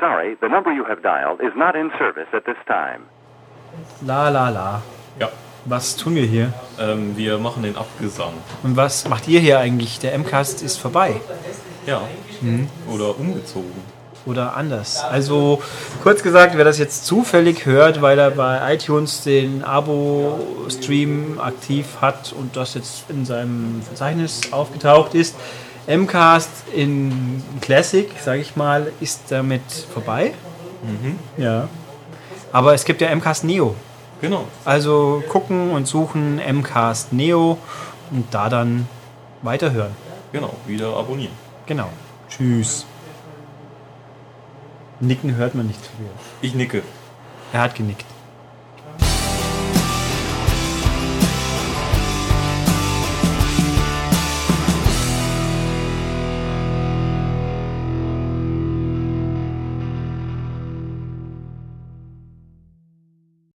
sorry, the number you have dialed is not in service at this time. La la la. Ja, Was tun wir hier? ähm, wir machen den Abgesang. Und was macht ihr hier eigentlich? Der MCAST ist vorbei. Ja. Oder umgezogen. Oder anders. Also, kurz gesagt, wer das jetzt zufällig hört, weil er bei iTunes den Abo-Stream aktiv hat und das jetzt in seinem Verzeichnis aufgetaucht ist, MCAST in Classic, sage ich mal, ist damit vorbei. Ja. Aber es gibt ja MCAST Neo. Genau. Also gucken und suchen MCAST Neo und da dann weiterhören. Genau. Wieder abonnieren. Genau. Tschüss. Nicken hört man nicht. Ich nicke. Er hat genickt.